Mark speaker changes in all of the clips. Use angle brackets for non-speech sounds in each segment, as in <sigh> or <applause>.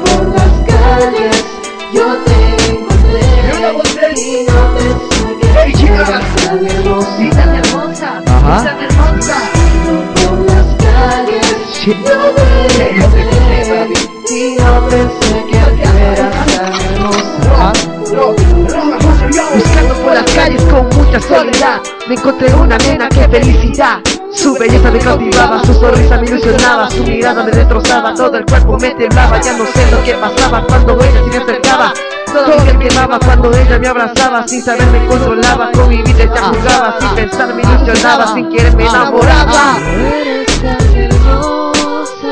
Speaker 1: por las calles, yo te encontré.
Speaker 2: Yo la encontré.
Speaker 1: Y no pensé que
Speaker 2: Hey, chica.
Speaker 1: eras tan hermosa.
Speaker 2: tan hermosa, tan hermosa.
Speaker 1: Buscando por las calles, yo te
Speaker 2: Yo te encontré,
Speaker 1: encontré.
Speaker 2: baby.
Speaker 1: Y no pensé que eras tan hermosa.
Speaker 2: No, no, no, no,
Speaker 3: Buscando por las calles con mucha soledad Me encontré una nena, qué felicidad Su belleza me cautivaba, su sonrisa me ilusionaba Su mirada me destrozaba, todo el cuerpo me temblaba Ya no sé lo que pasaba cuando ella se me acercaba todo me quemaba cuando ella me abrazaba Sin saber me controlaba, con mi vida ya jugaba Sin pensar me ilusionaba, sin querer me enamoraba
Speaker 1: Ah,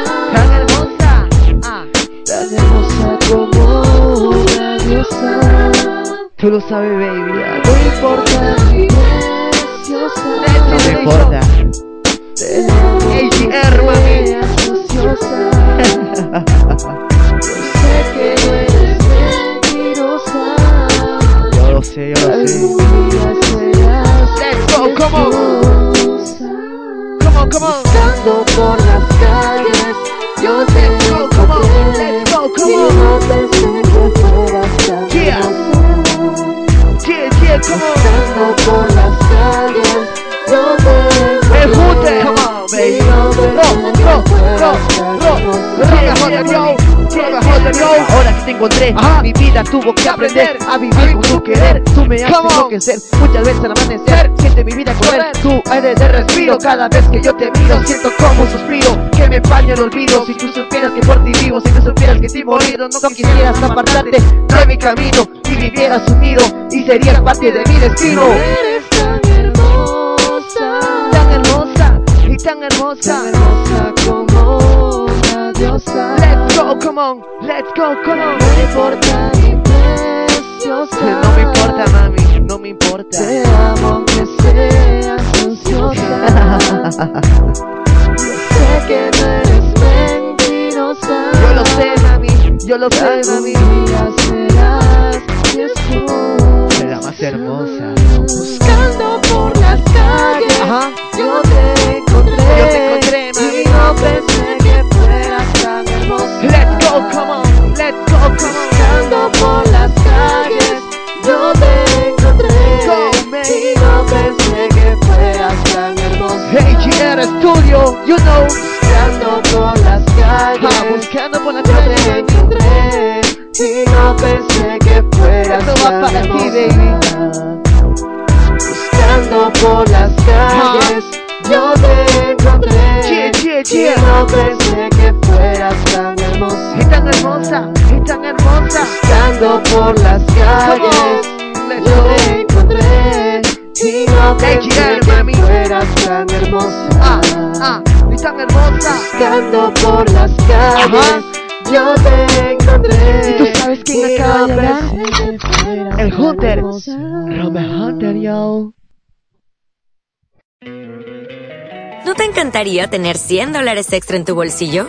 Speaker 1: Tú eres tan hermosa.
Speaker 3: Tan hermosa, ah,
Speaker 1: Tan hermosa como una diosa.
Speaker 3: tú lo sabes baby ah,
Speaker 1: No importa si es ociosa,
Speaker 3: No me importa
Speaker 1: te la
Speaker 3: AGR, mami
Speaker 1: veas ociosa. Yo sé que no eres mentirosa,
Speaker 3: Yo lo sé, yo lo sé
Speaker 1: algún día serás
Speaker 3: Let's go, come on
Speaker 1: hermosa.
Speaker 3: Come on, come on
Speaker 1: Buscando por las calles, yo te
Speaker 3: go, come on, let's go,
Speaker 1: encontré.
Speaker 3: come
Speaker 1: Y
Speaker 3: on.
Speaker 1: no pensé que fueras tan
Speaker 3: Yeah.
Speaker 1: hermosa.
Speaker 3: Yeah, yeah, come on.
Speaker 1: Buscando por las calles, yo te
Speaker 3: Hey, who the-
Speaker 1: encontré.
Speaker 3: Come on, baby.
Speaker 1: Y no pensé que
Speaker 3: Rock,
Speaker 1: fueras tan
Speaker 3: rock, rock,
Speaker 1: hermosa.
Speaker 3: rock, rock, rock, rock, rock, rock. Ahora que te encontré,
Speaker 2: Ajá.
Speaker 3: mi vida tuvo que aprender a vivir con tu querer. Tú me haces
Speaker 2: Come on.
Speaker 3: enloquecer, muchas veces al amanecer siente mi vida correr. Tú eres de respiro, cada vez que yo te miro siento como un suspiro que me empaña el olvido. Si tú supieras que por ti vivo, si tú supieras que estoy morido, no quisieras apartarte de mi camino y vivieras unido y serías parte de mi destino.
Speaker 1: Eres tan hermosa,
Speaker 3: Tan hermosa y tan hermosa.
Speaker 1: tan hermosa como una diosa.
Speaker 3: Let's go, come on, let's go, come on.
Speaker 1: No me importa ni preciosa.
Speaker 3: No me importa, mami, no me importa.
Speaker 1: Te amo aunque seas
Speaker 3: <laughs>
Speaker 1: ansiosa. Yo sé que no eres mentirosa.
Speaker 3: Yo lo sé, mami, yo lo sé,
Speaker 1: Algún
Speaker 3: mami.
Speaker 1: día serás Jesús.
Speaker 3: la más hermosa.
Speaker 1: Buscando por las calles.
Speaker 3: Ajá.
Speaker 1: Yo te encontré,
Speaker 3: Yo te encontré, mami.
Speaker 1: y no pensé que fueras tan hermosa.
Speaker 3: Let's go, come on, let's go, come on.
Speaker 1: Buscando por las calles, yo te
Speaker 3: Go, man.
Speaker 1: encontré, y no pensé que fueras tan hermosa.
Speaker 3: Hey, GR Studio, you know.
Speaker 1: Buscando por las
Speaker 3: Ah,
Speaker 1: calles,
Speaker 3: buscando por la
Speaker 1: yo te
Speaker 3: calle.
Speaker 1: encontré, y no pensé que fueras
Speaker 3: Esto va
Speaker 1: tan
Speaker 3: para ti,
Speaker 1: hermosa. Buscando por las calles, yo te encontré.
Speaker 3: Yeah, yeah,
Speaker 1: Y
Speaker 3: yeah.
Speaker 1: no pensé que fueras tan hermosa.
Speaker 3: Es tan hermosa, es tan hermosa.
Speaker 1: Buscando por las
Speaker 3: Come
Speaker 1: calles,
Speaker 3: on, let's
Speaker 1: yo te
Speaker 3: go.
Speaker 1: encontré. Y no
Speaker 3: Hey,
Speaker 1: pensé
Speaker 3: Chidel,
Speaker 1: que
Speaker 3: mami.
Speaker 1: fueras tan hermosa.
Speaker 3: Ah, ah, es tan hermosa.
Speaker 1: Buscando por las calles, yo te encontré.
Speaker 3: ¿Y tú sabes quién
Speaker 1: Y
Speaker 3: acaba
Speaker 1: no
Speaker 3: de llegar?
Speaker 1: pensé que fueras
Speaker 3: El
Speaker 1: tan
Speaker 3: Hunter.
Speaker 1: hermosa.
Speaker 3: Robert Hunter, yo.
Speaker 4: ¿No te encantaría tener 100 dólares extra en tu bolsillo?